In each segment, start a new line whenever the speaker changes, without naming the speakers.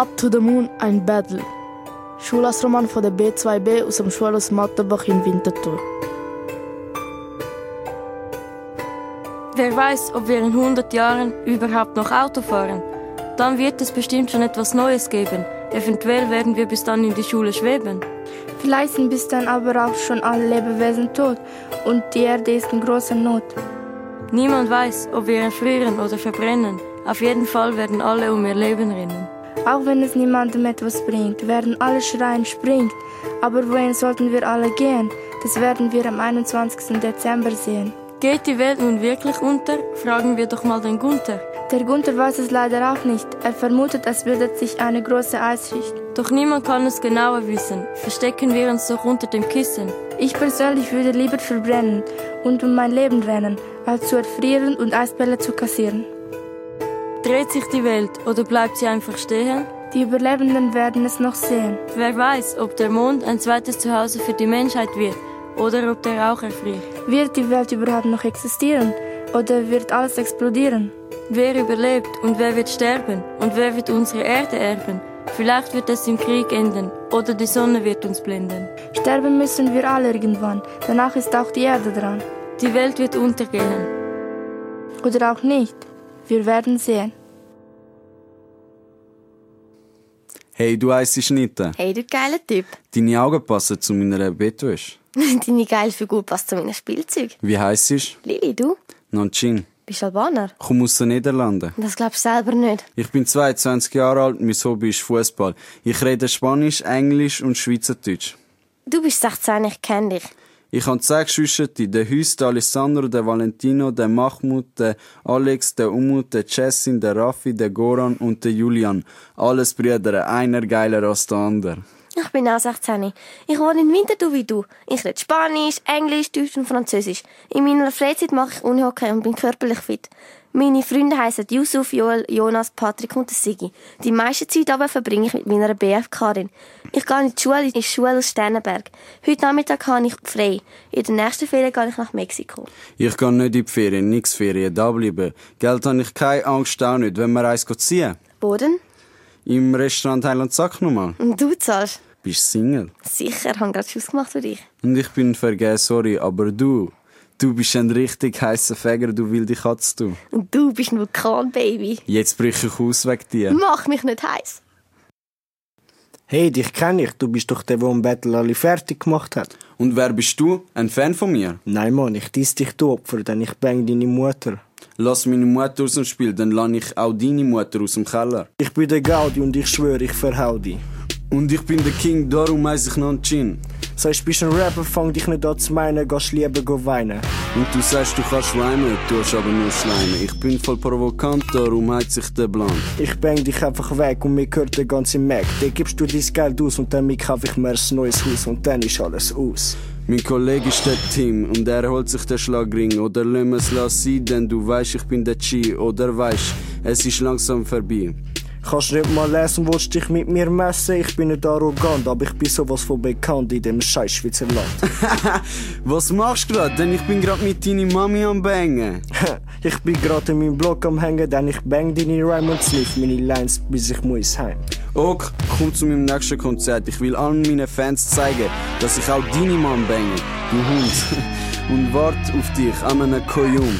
Up to the Moon ein Battle. Schulhausroman von der B2B aus dem Schulhaus Mattenbach in Winterthur.
Wer weiß, ob wir in 100 Jahren überhaupt noch Auto fahren. Dann wird es bestimmt schon etwas Neues geben. Eventuell werden wir bis dann in die Schule schweben.
Vielleicht sind bis dann aber auch schon alle Lebewesen tot und die Erde ist in großer Not.
Niemand weiß, ob wir erfrieren oder verbrennen. Auf jeden Fall werden alle um ihr Leben rennen.
Auch wenn es niemandem etwas bringt, werden alle schreien, springt. Aber wohin sollten wir alle gehen? Das werden wir am 21. Dezember sehen.
Geht die Welt nun wirklich unter? Fragen wir doch mal den Gunther.
Der Gunther weiß es leider auch nicht. Er vermutet, es bildet sich eine große Eisschicht.
Doch niemand kann es genauer wissen. Verstecken wir uns doch unter dem Kissen.
Ich persönlich würde lieber verbrennen und um mein Leben rennen, als zu erfrieren und Eisbälle zu kassieren.
Dreht sich die Welt oder bleibt sie einfach stehen?
Die Überlebenden werden es noch sehen.
Wer weiß, ob der Mond ein zweites Zuhause für die Menschheit wird oder ob der auch erfriert.
Wird die Welt überhaupt noch existieren oder wird alles explodieren?
Wer überlebt und wer wird sterben und wer wird unsere Erde erben? Vielleicht wird es im Krieg enden oder die Sonne wird uns blenden.
Sterben müssen wir alle irgendwann. Danach ist auch die Erde dran.
Die Welt wird untergehen.
Oder auch nicht. Wir werden sehen.
Hey, du heisst Schnitte.
Hey, du geiler Typ.
Deine Augen passen zu meiner Bettwäsche.
Deine geile Figur passt zu meinem Spielzeug.
Wie heisst ich?
Lili, du
Nanjing.
bist Albaner.
Komm aus den Niederlanden.
Das glaubst du selber nicht.
Ich bin 22 Jahre alt, mein Hobby ist Fußball. Ich rede Spanisch, Englisch und Schweizerdeutsch.
Du bist 16, ich kenne dich.
Ich habe zehn Geschwister, den Hüs, den Alessandro, den Valentino, den Mahmoud, den Alex, den Umut, den Cessin, den Raffi, den Goran und den Julian. Alles Brüder, einer geiler als der andere.
Ich bin auch 16. Ich wohne in Winterthur wie du. Ich rede Spanisch, Englisch, Deutsch und Französisch. In meiner Freizeit mache ich Unihockey und bin körperlich fit. Meine Freunde heißen Yusuf, Joel, Jonas, Patrick und der Sigi. Die meiste Zeit aber verbringe ich mit meiner BFKerin. Ich gehe in die Schule, in die Schule aus Sternenberg. Heute Nachmittag habe ich frei. In der nächsten Ferien gehe ich nach Mexiko.
Ich kann nicht in die Ferien, nix Ferien, da bleiben. Geld habe ich keine Angst auch nicht, wenn wir eins ziehen.
Boden?
Im Restaurant Heiland Sack nochmal.
Und du zahlst?
Bist Single.
Sicher, haben gerade Schluss gemacht für dich.
Und ich bin vergessen, sorry, aber du, du bist ein richtig heißer Fäger, du wilde Katze, du.
Und du bist ein Vulkanbaby.
Jetzt brich ich aus wegen dir.
Mach mich nicht heiß.
Hey, dich kenne ich. Du bist doch der, der im Battle alle fertig gemacht hat.
Und wer bist du? Ein Fan von mir?
Nein, Mann, ich diss dich, du Opfer, denn ich bang deine Mutter.
Lass meine Mutter aus dem Spiel, dann lass ich auch deine Mutter aus dem Keller.
Ich bin der Gaudi und ich schwöre, ich verhau dich.
Und ich bin der King, darum heiss ich Nanchin.
Sagst, bist ein Rapper, fang dich nicht an zu meinen, gehst lieber go weinen.
Und du sagst, du kannst reimen, tust aber nur schleimen. Ich bin voll provokant, darum heiz ich den Blank.
Ich bang dich einfach weg und mir gehört der ganze Mac. Dann gibst du dein Geld aus und dann kauf ich mir ein neues Haus und dann ist alles aus.
Mein Kollege ist der Tim und er holt sich den Schlagring. Oder lass es lass sein, denn du weißt, ich bin der Chi. Oder weißt, es ist langsam vorbei.
Kannst nicht mal lesen, willst dich mit mir messen? Ich bin nicht arrogant, aber ich bin sowas von bekannt in dem scheiß Schweizer Land.
Was machst du grad? Denn ich bin grad mit deiner Mami am Bangen.
ich bin gerade in meinem Block am Hängen, denn ich bang deine Rhyme und sniff meine Lines, bis ich muss heim.
Ok, komm zu meinem nächsten Konzert. Ich will allen meinen Fans zeigen, dass ich auch deine Mann bange, du Hund. Und warte auf dich an einem Kojum.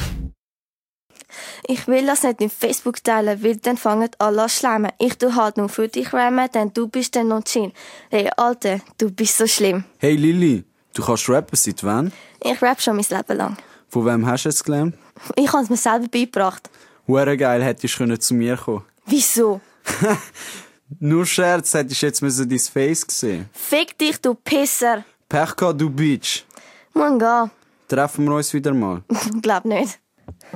Ich will das nicht in Facebook teilen, weil dann fangen alle an zu schlemmen. Ich tu halt nur für dich rammen, denn du bist der Nonjin. Hey, Alter, du bist so schlimm.
Hey Lilly, du kannst rappen seit wann?
Ich rap schon mein Leben lang.
Von wem hast du es gelernt?
Ich habe es mir selber beigebracht.
Hure geil, hättest du können zu mir kommen
Wieso?
Nur Scherz, hättest du jetzt müssen dein Face gesehen.
Fick dich, du Pisser.
Pech gehabt, du Bitch.
Mann, geh.
Treffen wir uns wieder mal.
Glaub nicht.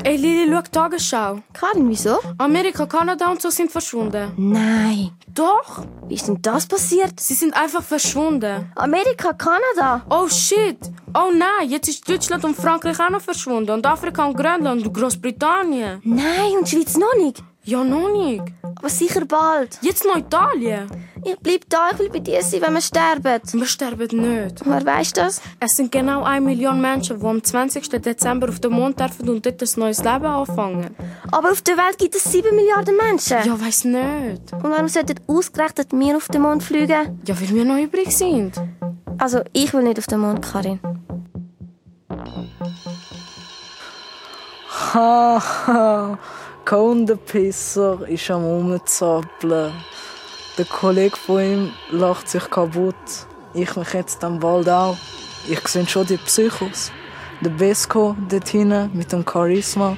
Ey Lili, schau die Tagesschau.
Karin, wieso?
Amerika, Kanada und so sind verschwunden.
Nein.
Doch,
Wie ist denn das passiert?
sie sind einfach verschwunden.
Amerika, Kanada.
Oh shit, oh nein, jetzt ist Deutschland und Frankreich auch noch verschwunden und Afrika und Grönland und Großbritannien.
Nein, und die Schweiz noch nicht.
Ja, noch nicht.
Aber sicher bald.
Jetzt noch Italien.
Ich bleib da, ich will bei dir sein, wenn wir sterben.
Wir sterben nicht.
Wer weiß das?
Es sind genau eine Million Menschen, die am 20. Dezember auf den Mond dürfen und dort ein neues Leben anfangen.
Aber auf der Welt gibt es 7 Milliarden Menschen.
Ja, weiss nicht.
Und warum sollten ausgerechnet wir auf den Mond fliegen?
Ja, weil wir noch übrig sind.
Also, ich will nicht auf den Mond, Karin.
Haha, Kundenpisser ist am Rumzappeln. Der Kollege von ihm lacht sich kaputt. Ich mich jetzt dann bald auch. Ich sehe schon die Psychos. Der Besko dort hinten mit dem Charisma.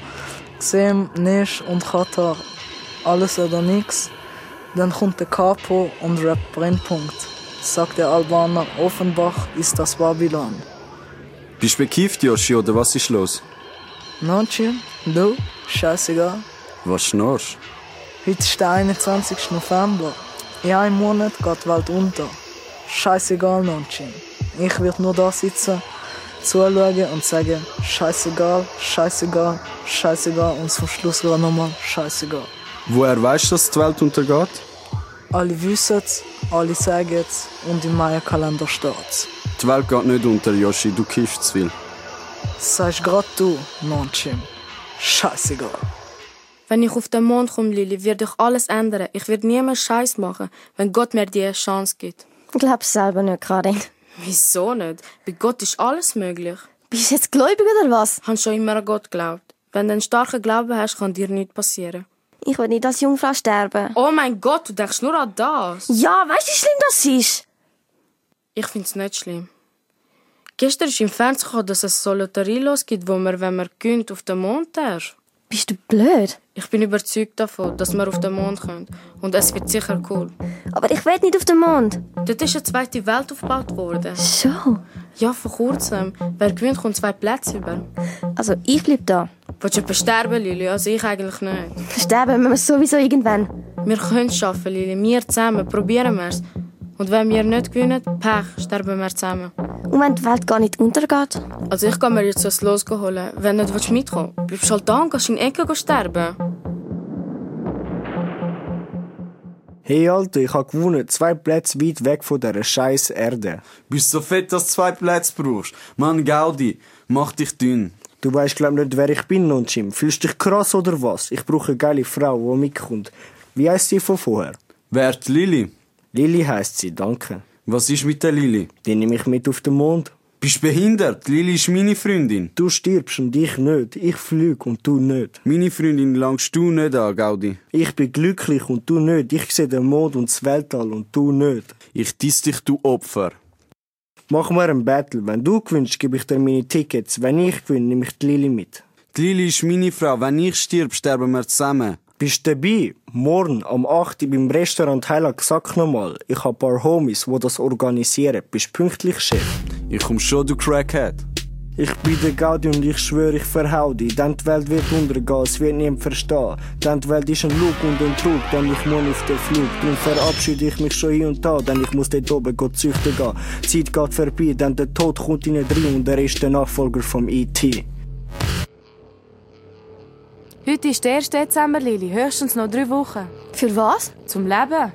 Xem, Nisch und Katar. Alles oder nix. Dann kommt der Capo und rappt Brennpunkt. Sagt der Albaner, Offenbach ist das Babylon.
Bist du bekifft, Joshi, oder was ist los?
Non, chill. Du? Scheißegal.
Was schnarchst?
Heute ist der 21. November. In einem Monat geht die Welt unter. Scheißegal, Nonchen. Ich werde nur da sitzen, zuschauen und sagen, scheißegal, scheißegal, scheißegal und zum Schluss sogar nochmal scheißegal.
Woher weißt du, dass die Welt untergeht?
Alle wissen es, alle sagen es und im Maya-Kalender steht
Die Welt geht nicht unter, Joshi, du kiffst zu viel.
es. Sagst grad du, Nonchen. Scheißegal.
Wenn ich auf den Mond komme, Lili, werde ich alles ändern. Ich werde niemals Scheiß machen, wenn Gott mir die Chance gibt.
Ich glaub's selber nicht, Karin.
Wieso nicht? Bei Gott ist alles möglich.
Bist du jetzt gläubig oder was?
Ich habe schon immer an Gott geglaubt. Wenn du einen starken Glauben hast, kann dir nichts passieren.
Ich will nicht als Jungfrau sterben.
Oh mein Gott, du denkst nur an das.
Ja, weißt du, wie schlimm das ist?
Ich find's nicht schlimm. Gestern ist im Fernsehen gekommen, dass es so Lotterie losgibt, wo man, wenn man gönnt, auf den Mond darf.
Bist du blöd?
Ich bin überzeugt davon, dass wir auf den Mond können. Und es wird sicher cool.
Aber ich will nicht auf den Mond.
Dort ist eine zweite Welt aufgebaut worden.
Schon.
Ja, vor kurzem. Wer gewinnt, kommt zwei Plätze über.
Also, ich bleib da.
Willst du jemanden sterben, Lili? Also ich eigentlich nicht.
Sterben müssen wir sowieso irgendwann.
Wir können es schaffen, Lili. Wir zusammen. Probieren wir es. Und wenn wir nicht gewinnen, Pech, sterben wir zusammen.
Und wenn die Welt gar nicht untergeht?
Also ich kann mir jetzt was losholen. Wenn nicht willst du mitkommen, bleibst halt da und gehst in die Ecke sterben.
Hey Alter, ich hab gewonnen, zwei Plätze weit weg von dieser scheiß Erde.
Bist so fett, dass du zwei Plätze brauchst. Mann, Gaudi, mach dich dünn.
Du weißt glaub nicht, wer ich bin, Nonchim. Fühlst dich krass oder was? Ich brauche eine geile Frau, die mitkommt. Wie heisst sie von vorher?
Wer die Lili?
Lili heisst sie, danke.
Was ist mit der Lili?
Die nehme ich mit auf den Mond.
Bist behindert? Lili ist meine Freundin.
Du stirbst und ich nicht. Ich flüg und du nicht.
Meine Freundin langst du nicht an, Gaudi.
Ich bin glücklich und du nicht. Ich sehe den Mond und das Weltall und du nicht.
Ich diss dich, du Opfer.
Machen wir ein Battle. Wenn du gewinnst, gebe ich dir meine Tickets. Wenn ich gewinne, nehme ich die Lili mit.
Die Lili ist meine Frau. Wenn ich stirb, sterben wir zusammen.
Bist du dabei? Morgen am 8 Uhr beim Restaurant Heilag, sag nochmal. Ich hab ein paar Homies, die das organisieren. Bist pünktlich, Chef.
Ich komm schon, du Crackhead.
Ich bin der Gaudi und ich schwöre, ich verhau dich. Denn die Welt wird untergehen, es wird niemand verstehen. Denn die Welt ist ein Lug und ein Trug, denn ich muss auf den Flug. Drum verabschiede ich mich schon hier und da, denn ich muss dort oben go züchten gehen. Die Zeit geht vorbei, denn der Tod kommt in rein und er ist der Nachfolger vom E E.T.
Heute ist der 1. Dezember, Lili. Höchstens noch drei Wochen.
Für was?
Zum Leben.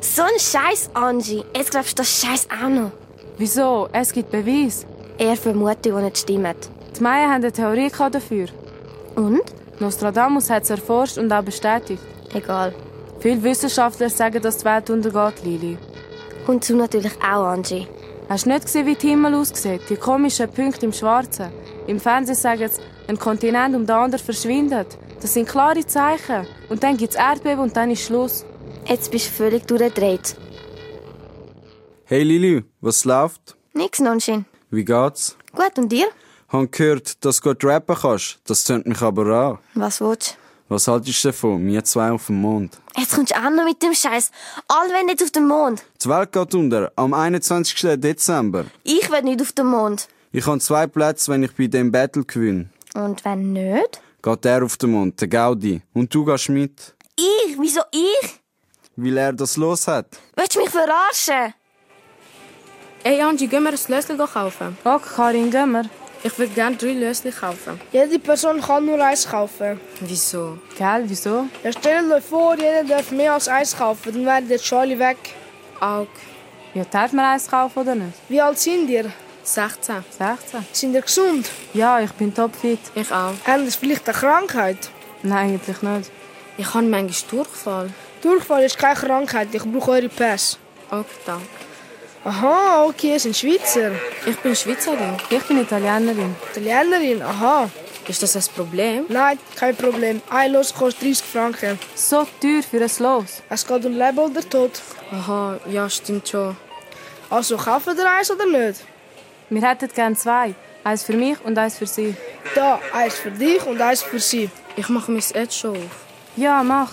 So ein Scheiß, Angie. Jetzt glaubst du das Scheiß auch noch.
Wieso? Es gibt Beweis.
Eher Vermutung, die nicht stimmen.
Die Maya haben eine Theorie gehabt dafür.
Und?
Nostradamus hat es erforscht und auch bestätigt.
Egal.
Viele Wissenschaftler sagen, dass die Welt untergeht, Lili.
Und du natürlich auch, Angie.
Hast du nicht gesehen, wie der Himmel aussieht? Die komischen Punkte im Schwarzen. Im Fernsehen sagen sie, ein Kontinent um den anderen verschwindet. Das sind klare Zeichen. Und dann gibt es Erdbeben und dann ist Schluss.
Jetzt bist du völlig durchgedreht.
Hey Lili, was läuft?
Nix, Nonschin.
Wie geht's?
Gut, und dir?
Han gehört, dass du gut rappen kannst. Das tönt mich aber an.
Was willst
Was haltest du davon? Wir zwei auf dem Mond.
du? Jetzt kommst du auch noch mit dem Scheiß. Alle wollen nicht auf den Mond.
Die Welt geht unter, am 21. Dezember.
Ich will nicht auf den Mond.
Ich habe zwei Plätze, wenn ich bei dem Battle gewinne.
Und wenn nicht?
Geht er auf den Mond, der Gaudi. Und du gehst mit,
Ich? Wieso ich?
weil er das los hat.
Willst du mich verarschen?
Ey Angie, gehen wir ein Lösli kaufen.
Okay, Karin, gehen wir.
Ich würde gerne drei Lösli kaufen.
Jede Person kann nur eins kaufen.
Wieso?
Gell, wieso?
Ja, stellt euch vor, jeder darf mehr als eins kaufen, dann wäre der Charlie weg.
Aug.
Ja, darf man eins kaufen oder nicht?
Wie alt sind ihr?
16.
16.
Sind ihr gesund?
Ja, ich bin topfit.
Ich auch.
Haben ihr vielleicht eine Krankheit?
Nein, eigentlich nicht.
Ich habe manchmal Durchfall.
Durchfall ist keine Krankheit, ich brauche eure Pässe.
Auch danke.
Aha, okay, ihr seid Schweizer.
Ich bin Schweizerin.
Ich bin Italienerin.
Italienerin, aha.
Ist das ein Problem?
Nein, kein Problem. Ein Los kostet 30 Franken.
So teuer für ein Los.
Es geht um Leben oder Tod.
Aha, ja, stimmt schon.
Also kaufen ihr eins oder nicht?
Wir hätten gern zwei. Eins für mich und eins für sie.
Da, eins für dich und eins für sie.
Ich mache mich jetzt schon auf.
Ja, mach.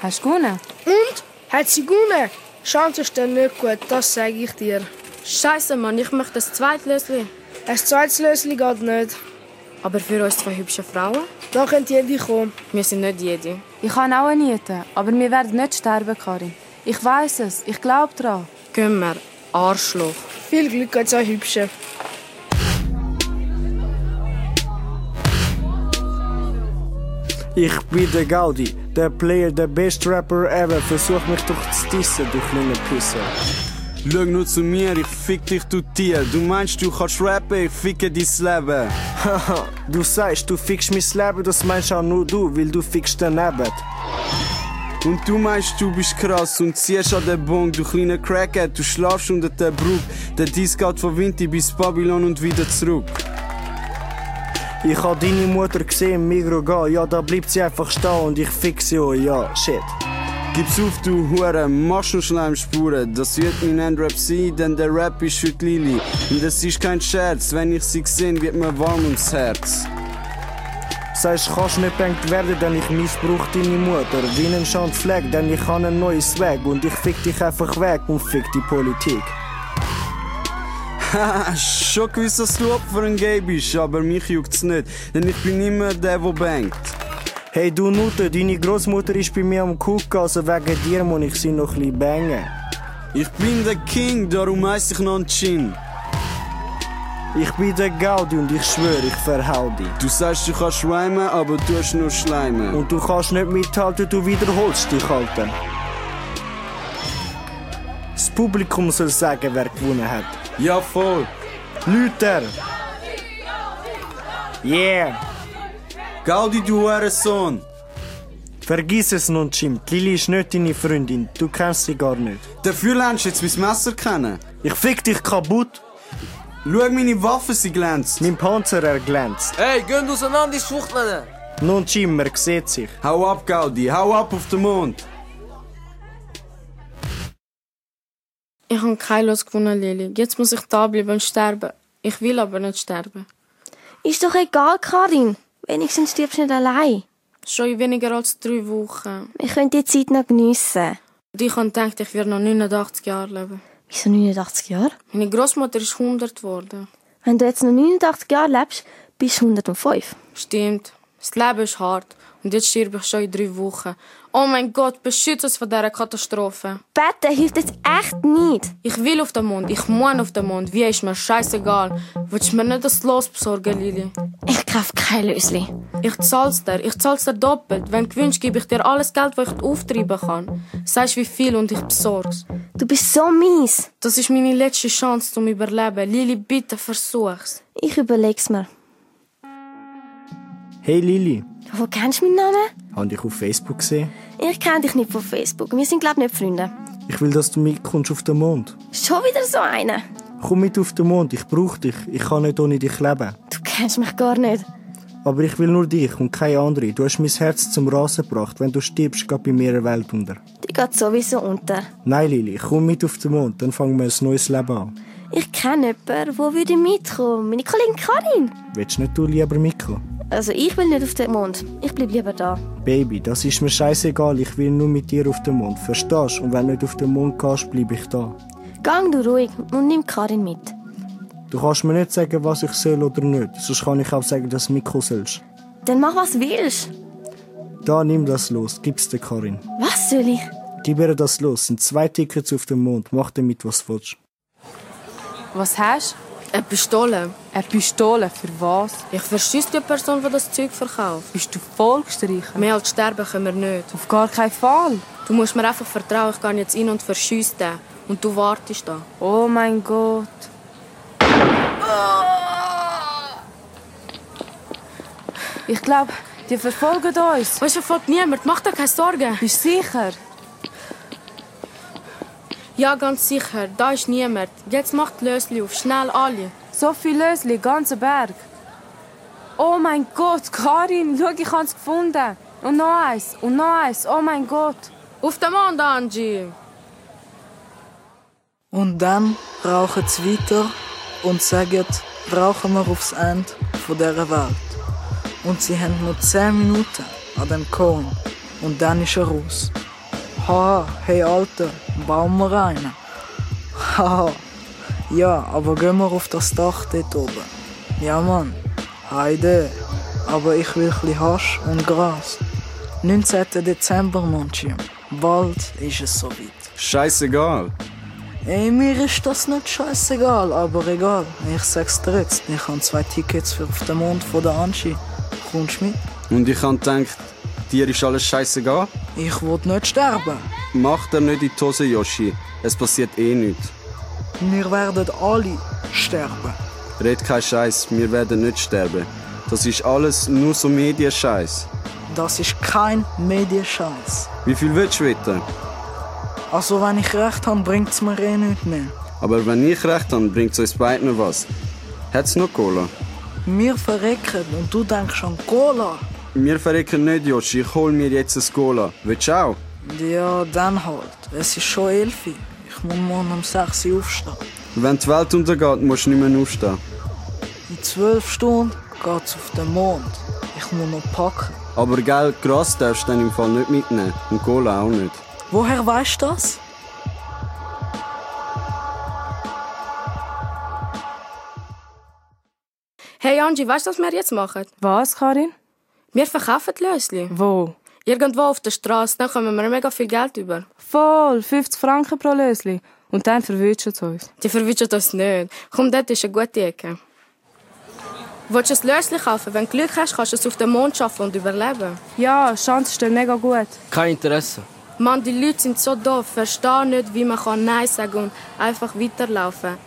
Hast du gewonnen?
Und? Hat sie gewonnen? Chance ist dann nicht gut, das sage ich dir.
Scheiße, Mann, ich möchte das zweite Lösli.
Ein zweites Lösli geht nicht.
Aber für uns zwei hübsche Frauen?
Dann könnt jede kommen.
Wir sind nicht jede.
Ich habe auch eine Niete, aber wir werden nicht sterben, Karin. Ich weiß es, ich glaube daran.
Gehen wir. Arschloch.
Viel Glück geht's euch Hübschen.
Ich bin der Gaudi, der Player, der best Rapper ever. Versuch mich doch zu dissen, du kleine Pisser.
Schau nur zu mir, ich fick dich, du Tier. Du meinst, du kannst rappen, ich ficke dein Leben.
Haha, du sagst, du fickst mein Leben, das meinst auch nur du, weil du fickst daneben.
Und du meinst, du bist krass und ziehst an den Bong, du kleiner Crackhead, du schlafst unter der Brücke. Der Diss geht von Winti bis Babylon und wieder zurück.
Ich hab deine Mutter gesehen im Migro gehen, ja, da bleibt sie einfach stehen und ich fick sie auch, ja, shit.
Gib's auf, du Hure, mach nur schnell im Spuren. Das wird mein Endrap sein, denn der Rap ist heute Lili. Und es ist kein Scherz, wenn ich sie sehe, wird mir warm ums Herz.
Sagst, kannst nicht gepenkt werden, denn ich missbrauch deine Mutter. Wie einen Schandfleck, denn ich han einen neues Weg und ich fick dich einfach weg und fick die Politik.
Haha, schon gewusst, dass du Opfer ein Gay bist, aber mich juckt's nicht, denn ich bin immer der, der bangt.
Hey du Nutte, deine Großmutter ist bei mir am Kuck, also wegen dir muss ich sie noch ein bisschen bangen.
Ich bin der King, darum heiss ich noch ein Chin.
Ich bin der Gaudi und ich schwöre, ich verhau dich.
Du sagst, du kannst rhymen, aber du hast nur Schleime.
Und du kannst nicht mithalten, du wiederholst dich halten. Das Publikum soll sagen, wer gewonnen hat.
Ja, voll.
Luther! Yeah!
Gaudi, du Hurensohn.
Vergiss es nun, Jim. Die Lili ist nicht deine Freundin. Du kennst sie gar nicht.
Dafür lernst du jetzt mein Messer kennen.
Ich fick dich kaputt.
Schau, meine Waffen, sie glänzen.
Mein Panzer, er glänzt.
Hey, gehen auseinander, die Schwuchteln!
Nun, Jim, man sieht sich.
Hau ab, Gaudi, hau ab auf den Mond.
Ich habe kein Los gewonnen, Lili. Jetzt muss ich da bleiben und sterben. Ich will aber nicht sterben.
Ist doch egal, Karin. Wenigstens stirbst du nicht allein.
Schon in weniger als drei Wochen.
Ich könnte die Zeit noch geniessen.
Und ich habe gedacht, ich werde noch 89 Jahre leben.
Wieso 89 Jahre?
Meine Großmutter ist 100 geworden.
Wenn du jetzt noch 89 Jahre lebst, bist du 105.
Stimmt. Das Leben ist hart. Und jetzt stirb ich schon in drei Wochen. Oh mein Gott, beschütze uns von dieser Katastrophe.
Betten hilft jetzt echt nicht.
Ich will auf den Mond, ich muss auf den Mond. Wie ist mir scheißegal. Willst du mir nicht das Los besorgen, Lili?
Ich kaufe kein Lösli.
Ich zahl's dir, ich zahl's dir doppelt. Wenn du gewünscht, gebe ich dir alles Geld, das ich auftreiben kann. Sagst wie viel und ich besorg's.
Du bist so mies.
Das ist meine letzte Chance zum Überleben. Lili, bitte versuch's.
Ich überleg's mir.
Hey Lili,
Wo kennst du meinen Namen?
habe dich auf Facebook gesehen?
Ich kenne dich nicht von Facebook. Wir sind, glaube ich, nicht Freunde.
Ich will, dass du mitkommst auf den Mond.
Schon wieder so einer.
Komm mit auf den Mond, ich brauch dich. Ich kann nicht ohne dich leben.
Du kennst mich gar nicht.
Aber ich will nur dich und keine andere. Du hast mein Herz zum Rasen gebracht. Wenn du stirbst, geht bei mir eine Welt unter.
Die geht sowieso unter.
Nein, Lili, komm mit auf den Mond, dann fangen wir ein neues Leben an.
Ich kenne jemanden, wo würde mitkommen. Meine Kollegin Karin.
Willst nicht du lieber mitkommen?
Also ich will nicht auf den Mond. Ich bleib lieber da.
Baby, das ist mir scheißegal. Ich will nur mit dir auf den Mond, verstehst? Und wenn du nicht auf den Mond gehst, bleib ich da.
Gang du ruhig und nimm Karin mit.
Du kannst mir nicht sagen, was ich soll oder nicht. Sonst kann ich auch sagen, dass du mitkommen sollst.
Dann mach, was willst.
Da, nimm das los. Gib's der Karin.
Was soll ich?
Gib ihr das los. Sind zwei Tickets auf den Mond. Mach damit, was du willst.
Was hast du?
Eine Pistole.
Eine Pistole? Für was?
Ich verschüsse die Person, die das Zeug verkauft.
Bist du voll gestrichen?
Mehr als sterben können wir nicht.
Auf gar keinen Fall.
Du musst mir einfach vertrauen, ich gehe jetzt rein und verschüsse den. Und du wartest da.
Oh mein Gott. Ich glaube, die verfolgen uns.
Uns verfolgt niemand, mach dir keine Sorgen.
Bist du sicher?
Ja, ganz sicher, da ist niemand. Jetzt macht Lösli auf, schnell alle.
So viel Lösli, ganzer Berg. Oh mein Gott, Karin, schau, ich habe es gefunden. Und noch eins, und noch eins, oh mein Gott.
Auf den Mond, Angie.
Und dann rauchen sie weiter und sagen, rauchen wir aufs Ende von dieser Welt. Und sie haben nur 10 Minuten an dem Cone. Und dann ist er raus. Haha, hey Alter, bauen wir einen. Haha, ja, aber gehen wir auf das Dach dort oben. Ja Mann, heide. Aber ich will chli Hasch und Gras. 19. Dezember, Monchim. Bald ist es soweit.
Scheißegal.
Ey, mir ist das nicht scheißegal, aber egal. Ich sag's dir jetzt, ich habe zwei Tickets für auf den Mond von der Anschi. Kommst mit?
Und ich han gedacht, dir ist alles scheißegal?
Ich wollte nicht sterben.
Mach dir nicht in die Hose, Yoshi. Es passiert eh nichts.
Wir werden alle sterben.
Red kein Scheiß, wir werden nicht sterben. Das ist alles nur so Medienscheiß.
Das ist kein Medienscheiß.
Wie viel willst du wetten?
Also wenn ich recht habe, bringt's mir eh nicht mehr.
Aber wenn ich recht habe, bringt's uns beiden was. Hat's noch Cola?
Wir verrecken und du denkst an Cola.
Wir verrecken nicht, Joshi. Ich hol mir jetzt ein Cola. Willst du auch?
Ja, dann halt. Es ist schon elf. Uhr. Ich muss morgen um 6 Uhr aufstehen.
Wenn die Welt untergeht, musst du nicht mehr aufstehen.
In 12 Stunden geht's auf den Mond. Ich muss noch packen.
Aber gell, Gras darfst du dann im Fall nicht mitnehmen. Und Cola auch nicht.
Woher weißt du das?
Hey Angie, weißt du, was wir jetzt machen?
Was, Karin?
Wir verkaufen die Lösli.
Wo?
Irgendwo auf der Straße, dann kommen wir mega viel Geld über.
Voll, 50 Franken pro Lösli. Und dann verwünschen sie uns.
Die verwünschen das nicht. Komm, dort ist eine gute Ecke. Willst du ein Lösli kaufen? Wenn du Glück hast, kannst du es auf den Mond schaffen und überleben.
Ja, Chance stehen mega gut.
Kein Interesse.
Mann, die Leute sind so doof, verstehen nicht, wie man kann Nein sagen und einfach weiterlaufen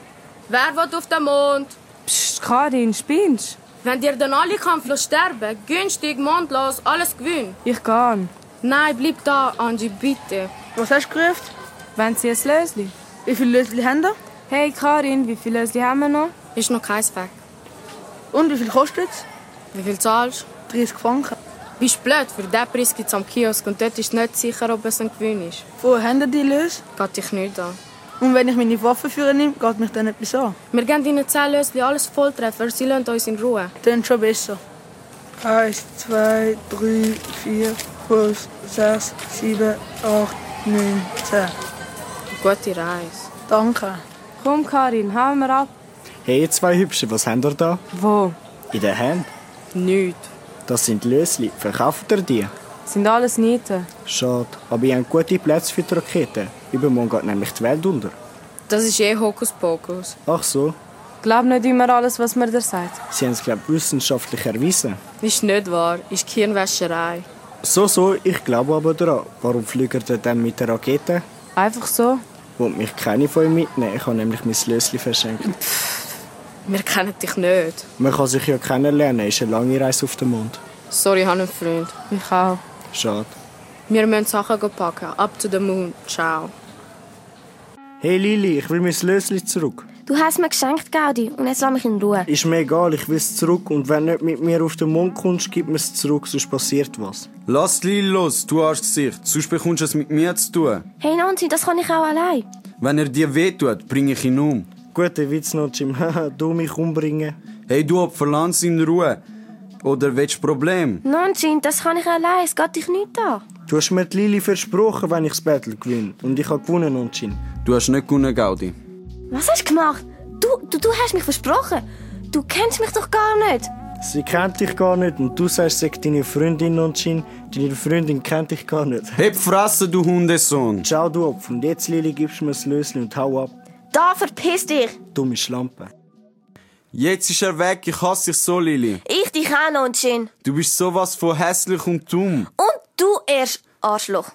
Wer will auf den Mond?
Psst, Karin, spinnst
Wenn dir dann alle kampflos sterben, günstig, mondlos, alles gewinnt.
Ich kann.
Nein, bleib da, Angie, bitte.
Was hast du gerufen?
Wenn sie ein Lösli.
Wie viele Lösli haben wir?
Hey Karin, wie viele Lösli haben wir noch?
Ist noch keins weg.
Und wie viel kostet es?
Wie viel zahlst
30 Franken.
Bist blöd, für diesen Preis gibt es am Kiosk und dort ist nicht sicher, ob es ein Gewinn ist.
Wo haben die Lös?
Geht dich nicht an.
Und wenn ich meine Waffe führe nehme, geht mich dann etwas an?
Wir geben ihnen 10 Lösli, alles Volltreffer, sie lassen uns in Ruhe.
Dann schon besser. Eins, zwei, drei, vier, fünf, sechs, sieben, acht, neun, zehn.
Gute Reise.
Danke.
Komm Karin, hauen wir ab.
Hey, ihr zwei Hübschen, was habt ihr da?
Wo?
In der Hand?
Nicht.
Das sind Lösli. Verkauft ihr die?
Sind alles Nieten.
Schade, aber ihr habt gute Plätze für die Raketen. Übermorgen geht nämlich die Welt unter.
Das ist eh Hokuspokus.
Ach so,
Glaub nicht immer alles, was man dir sagt.
sie haben es, glaube wissenschaftlich erwiesen.
Ist nicht wahr, ist Kirnwäscherei.
So, so, ich glaube aber daran. Warum fliegt ihr denn mit der Rakete?
Einfach so.
Wollt mich keine von euch mitnehmen? Ich habe nämlich mein Lösli verschenkt.
Wir kennen dich nicht.
Man kann sich ja kennenlernen, ist eine lange Reise auf den Mond.
Sorry, ich habe einen Freund.
Ich auch.
Schade.
Wir müssen Sachen packen. Up to the moon. Ciao.
Hey Lili, ich will mein Lösli zurück.
Du hast mir geschenkt, Gaudi, und jetzt lass mich in Ruhe.
Ist mir egal, ich will es zurück und wenn nicht mit mir auf den Mond kommst, gib mir es zurück, sonst passiert was.
Lass Lil los, du Arschgesicht. Sonst bekommst du es mit mir zu tun.
Hey Nancy, das kann ich auch allein.
Wenn er dir wehtut, bring ich ihn um.
Guter Witz, Notchim. Haha, du mich umbringen.
Hey, du Opfer, lass ihn in Ruhe. Oder willst du Problem?
Nancy, das kann ich allein, es geht dich nicht an.
Du hast mir die Lili versprochen, wenn ich das Battle gewinne. Und ich habe gewonnen, Notchim.
Du hast nicht gewonnen, Gaudi.
Was hast du gemacht? Du, du, du hast mich versprochen. Du kennst mich doch gar nicht.
Sie kennt dich gar nicht und du sagst, sag deine Freundin, Notchim. Deine Freundin kennt dich gar nicht.
Heb Fresse, du Hundesohn.
Ciao, du Opfer. Und jetzt, Lili, gibst du mir das Lösli und hau ab.
Da verpiss dich.
Dumme Schlampe.
Jetzt ist er weg, ich hasse dich so, Lili.
Ich dich auch noch, Jin.
Du bist sowas von hässlich und dumm.
Und du erst, Arschloch.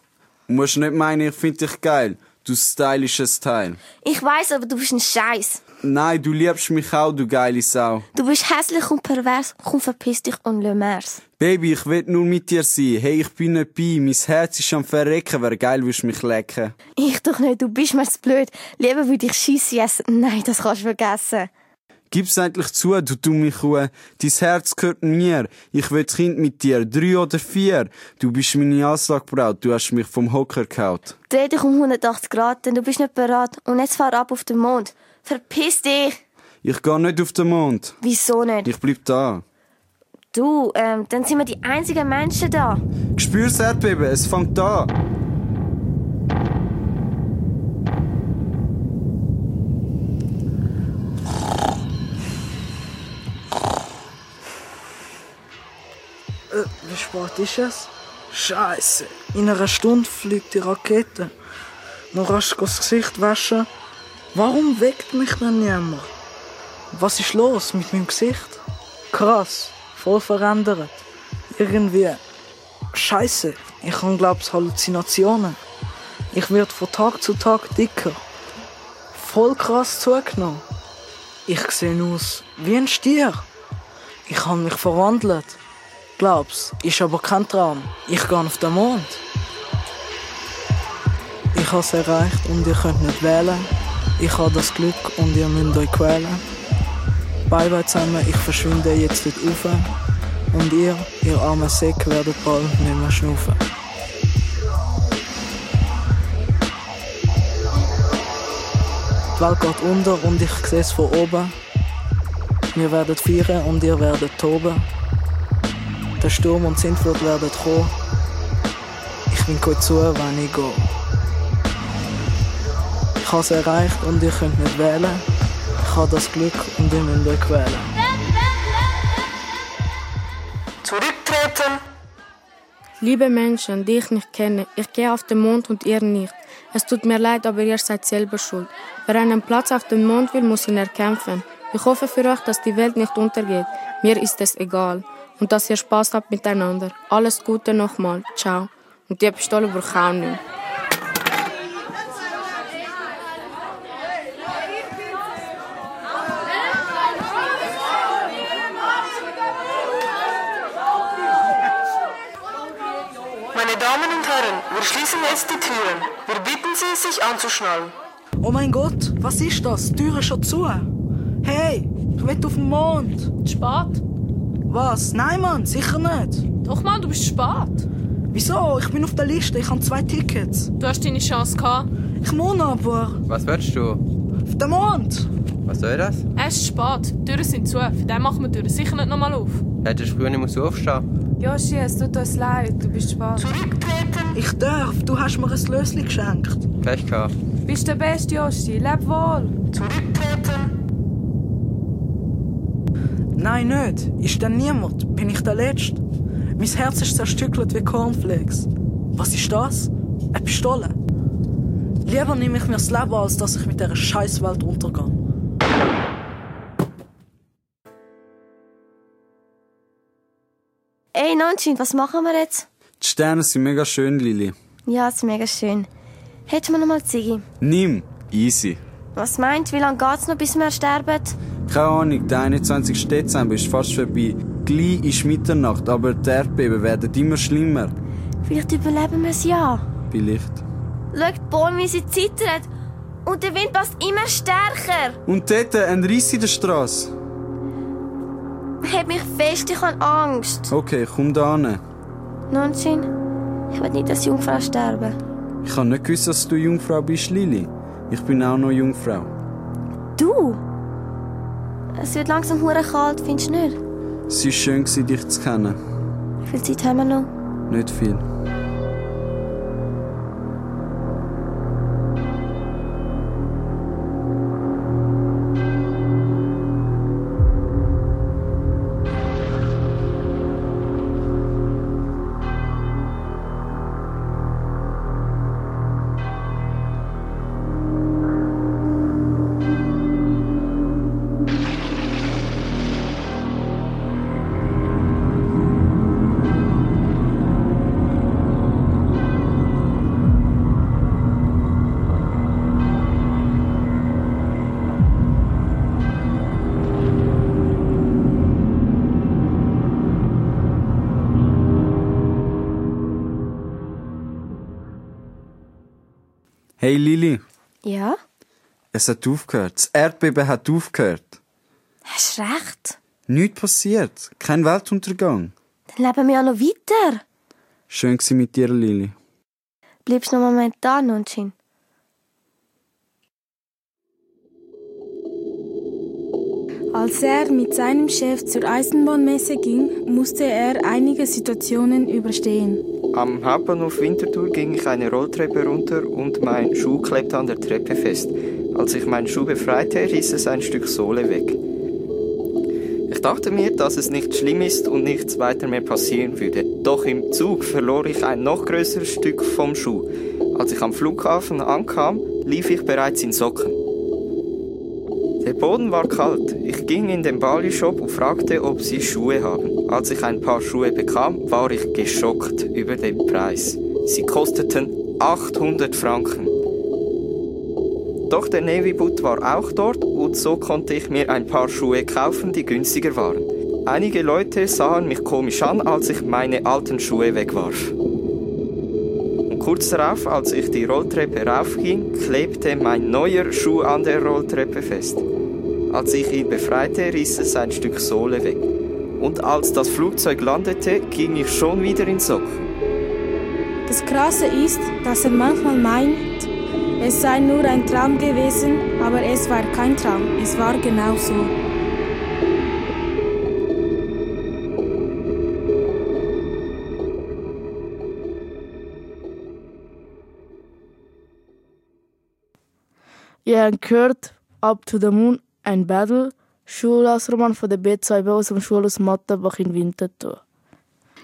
Du musst nicht meinen, ich finde dich geil. Du stylisches Teil.
Ich weiß, aber du bist ein Scheiß.
Nein, du liebst mich auch, du geile Sau.
Du bist hässlich und pervers. Komm, verpiss dich und le mer's.
Baby, ich will nur mit dir sein. Hey, ich bin nicht bei. Mein Herz ist am Verrecken. Wär geil, würdest mich lecken.
Ich doch nicht, du bist mir zu blöd. Lieber würde ich Scheisse essen. Nein, das kannst du vergessen.
Gib's endlich zu, du dumme Kuh. Dein Herz gehört mir. Ich will Kind mit dir. Drei oder vier. Du bist meine Anslagbraut. Du hast mich vom Hocker gehaut.
Dreh dich um 180 Grad, denn du bist nicht bereit. Und jetzt fahr ab auf den Mond. Verpiss dich!
Ich geh nicht auf den Mond.
Wieso nicht?
Ich bleib da.
Du, ähm, dann sind wir die einzigen Menschen da.
Spür's Erdbeben, es fängt an.
Äh, wie spät ist es? Scheiße. In einer Stunde fliegt die Rakete. Noch rasch das Gesicht waschen. Warum weckt mich denn niemand? Was ist los mit meinem Gesicht? Krass. Voll verändert. Irgendwie. Scheiße. Ich habe, glaub's, Halluzinationen. Ich werde von Tag zu Tag dicker. Voll krass zugenommen. Ich sehe aus wie ein Stier. Ich habe mich verwandelt. Glaub's, ist aber kein Traum. Ich gehe auf den Mond. Ich habe es erreicht und ihr könnt nicht wählen. Ich habe das Glück und ihr müsst euch quälen. Bye bye zusammen, ich verschwinde jetzt dort rauf. Und ihr, ihr armen Säck, werdet bald nicht mehr schnaufen. Die Welt geht unter und ich sehe es von oben. Wir werden feiern und ihr werdet toben. Der Sturm und die Sintflut werden kommen. Ich bin gut zu, wenn ich gehe. Ich habe es erreicht und ihr könnt nicht wählen. Ich habe das Glück und ihr müsst euch wählen.
Zurücktreten! Liebe Menschen, die ich nicht kenne, ich gehe auf den Mond und ihr nicht. Es tut mir leid, aber ihr seid selber schuld. Wer einen Platz auf dem Mond will, muss ihn erkämpfen. Ich hoffe für euch, dass die Welt nicht untergeht. Mir ist es egal. Und dass ihr Spaß habt miteinander. Alles Gute nochmal. Ciao. Und die Pistole brauche ich auch nicht mehr.
Meine Damen und Herren, wir schließen jetzt die Türen. Wir bitten Sie, sich anzuschnallen.
Oh mein Gott, was ist das? Die Tür ist schon zu. Hey, ich will auf den Mond. Spät? Was? Nein, Mann, sicher nicht. Doch, Mann, du bist spät. Wieso? Ich bin auf der Liste, ich habe zwei Tickets. Du hast deine Chance gehabt. Ich muss aber.
Was willst du?
Auf den Mond!
Was soll das?
Es ist spät, die Türen sind zu, für den machen wir die Türen sicher nicht nochmal auf.
Hättest du früher nicht müssen aufstehen
Joshi, es tut uns leid, du bist spät. Zurücktreten!
Ich darf, du hast mir ein Lösli geschenkt.
müssen? Pech gehabt.
Bist der Beste, Joshi, leb wohl.
Zurücktreten! Nein, nicht. Ist denn niemand? Bin ich der Letzte? Mein Herz ist zerstückelt wie Cornflakes. Was ist das? Eine Pistole. Lieber nehme ich mir das Leben, als dass ich mit dieser Scheißwelt untergehe.
Ey, Nonjin, was machen wir jetzt?
Die Sterne sind mega schön, Lili.
Ja, ist mega schön. Hätten wir noch mal Ziggy.
Nimm. Easy.
Was meinst du, wie lange geht's noch, bis wir sterben?
Keine Ahnung, der 21. Dezember ist fast vorbei. Gleich ist Mitternacht, aber die Erdbeben werden immer schlimmer.
Vielleicht überleben wir es ja.
Vielleicht.
Schau, die Bäume, wie sie zittern. Und der Wind passt immer stärker.
Und dort ein Riss in der Straße.
Hat mich fest, ich habe Angst.
Okay, komm da hin.
Nonjin, ich will nicht als Jungfrau sterben.
Ich habe nicht gewusst, dass du Jungfrau bist, Lili. Ich bin auch noch Jungfrau.
Du? Es wird langsam hure kalt, findest du nicht?
Es war schön, gewesen, dich zu kennen.
Wie viel Zeit haben wir noch?
Nicht viel. Hey Lili,
Ja?
es hat aufgehört. Das Erdbeben hat aufgehört.
Hast recht.
Nichts passiert. Kein Weltuntergang.
Dann leben wir ja noch weiter.
Schön gsi mit dir, Lili.
Bleibst du noch einen Moment da, Nunschin?
Als er mit seinem Chef zur Eisenbahnmesse ging, musste er einige Situationen überstehen.
Am Hauptbahnhof Winterthur ging ich eine Rolltreppe runter und mein Schuh klebte an der Treppe fest. Als ich meinen Schuh befreite, riss es ein Stück Sohle weg. Ich dachte mir, dass es nicht schlimm ist und nichts weiter mehr passieren würde. Doch im Zug verlor ich ein noch größeres Stück vom Schuh. Als ich am Flughafen ankam, lief ich bereits in Socken. Der Boden war kalt. Ich ging in den Bali-Shop und fragte, ob sie Schuhe haben. Als ich ein paar Schuhe bekam, war ich geschockt über den Preis. Sie kosteten 800 Franken. Doch der Navy Boot war auch dort und so konnte ich mir ein paar Schuhe kaufen, die günstiger waren. Einige Leute sahen mich komisch an, als ich meine alten Schuhe wegwarf. Und kurz darauf, als ich die Rolltreppe raufging, klebte mein neuer Schuh an der Rolltreppe fest. Als ich ihn befreite, riss es ein Stück Sohle weg. Und als das Flugzeug landete, ging ich schon wieder in Socken.
Das Krasse ist, dass er manchmal meint, es sei nur ein Traum gewesen, aber es war kein Traum, es war genau so.
Ihr habt gehört Up to the Moon, ein Battle, Schulhausroman von der B2B aus dem Schulhaus Mattenbach in Winterthur.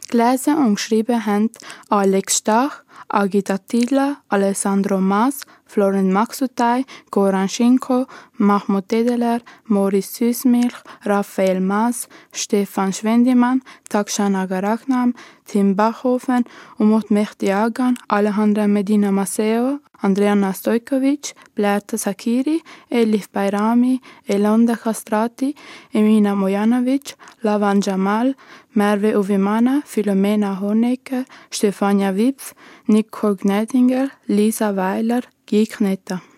Gelesen und geschrieben haben Alex Stach, Agita Tidla, Alessandro Mas, Florian Maxutay, Goran Schinko, Mahmoud Edeler, Moritz Süßmilch, Raphael Mas, Stefan Schwendimann, Takshana Garaknam, Tim Bachhofen, Umut Mehdi Agan, Alejandra Medina Maceo, Andreana Stojkovic, Blerta Sakiri, Elif Bayrami, Elonda Kastrati, Emina Mojanovic, Lavan Jamal, Merve Uvimana, Filomena Honecker, Stefania Wipf, Nicole Gnedinger, Lisa Weiler, G. Knetta.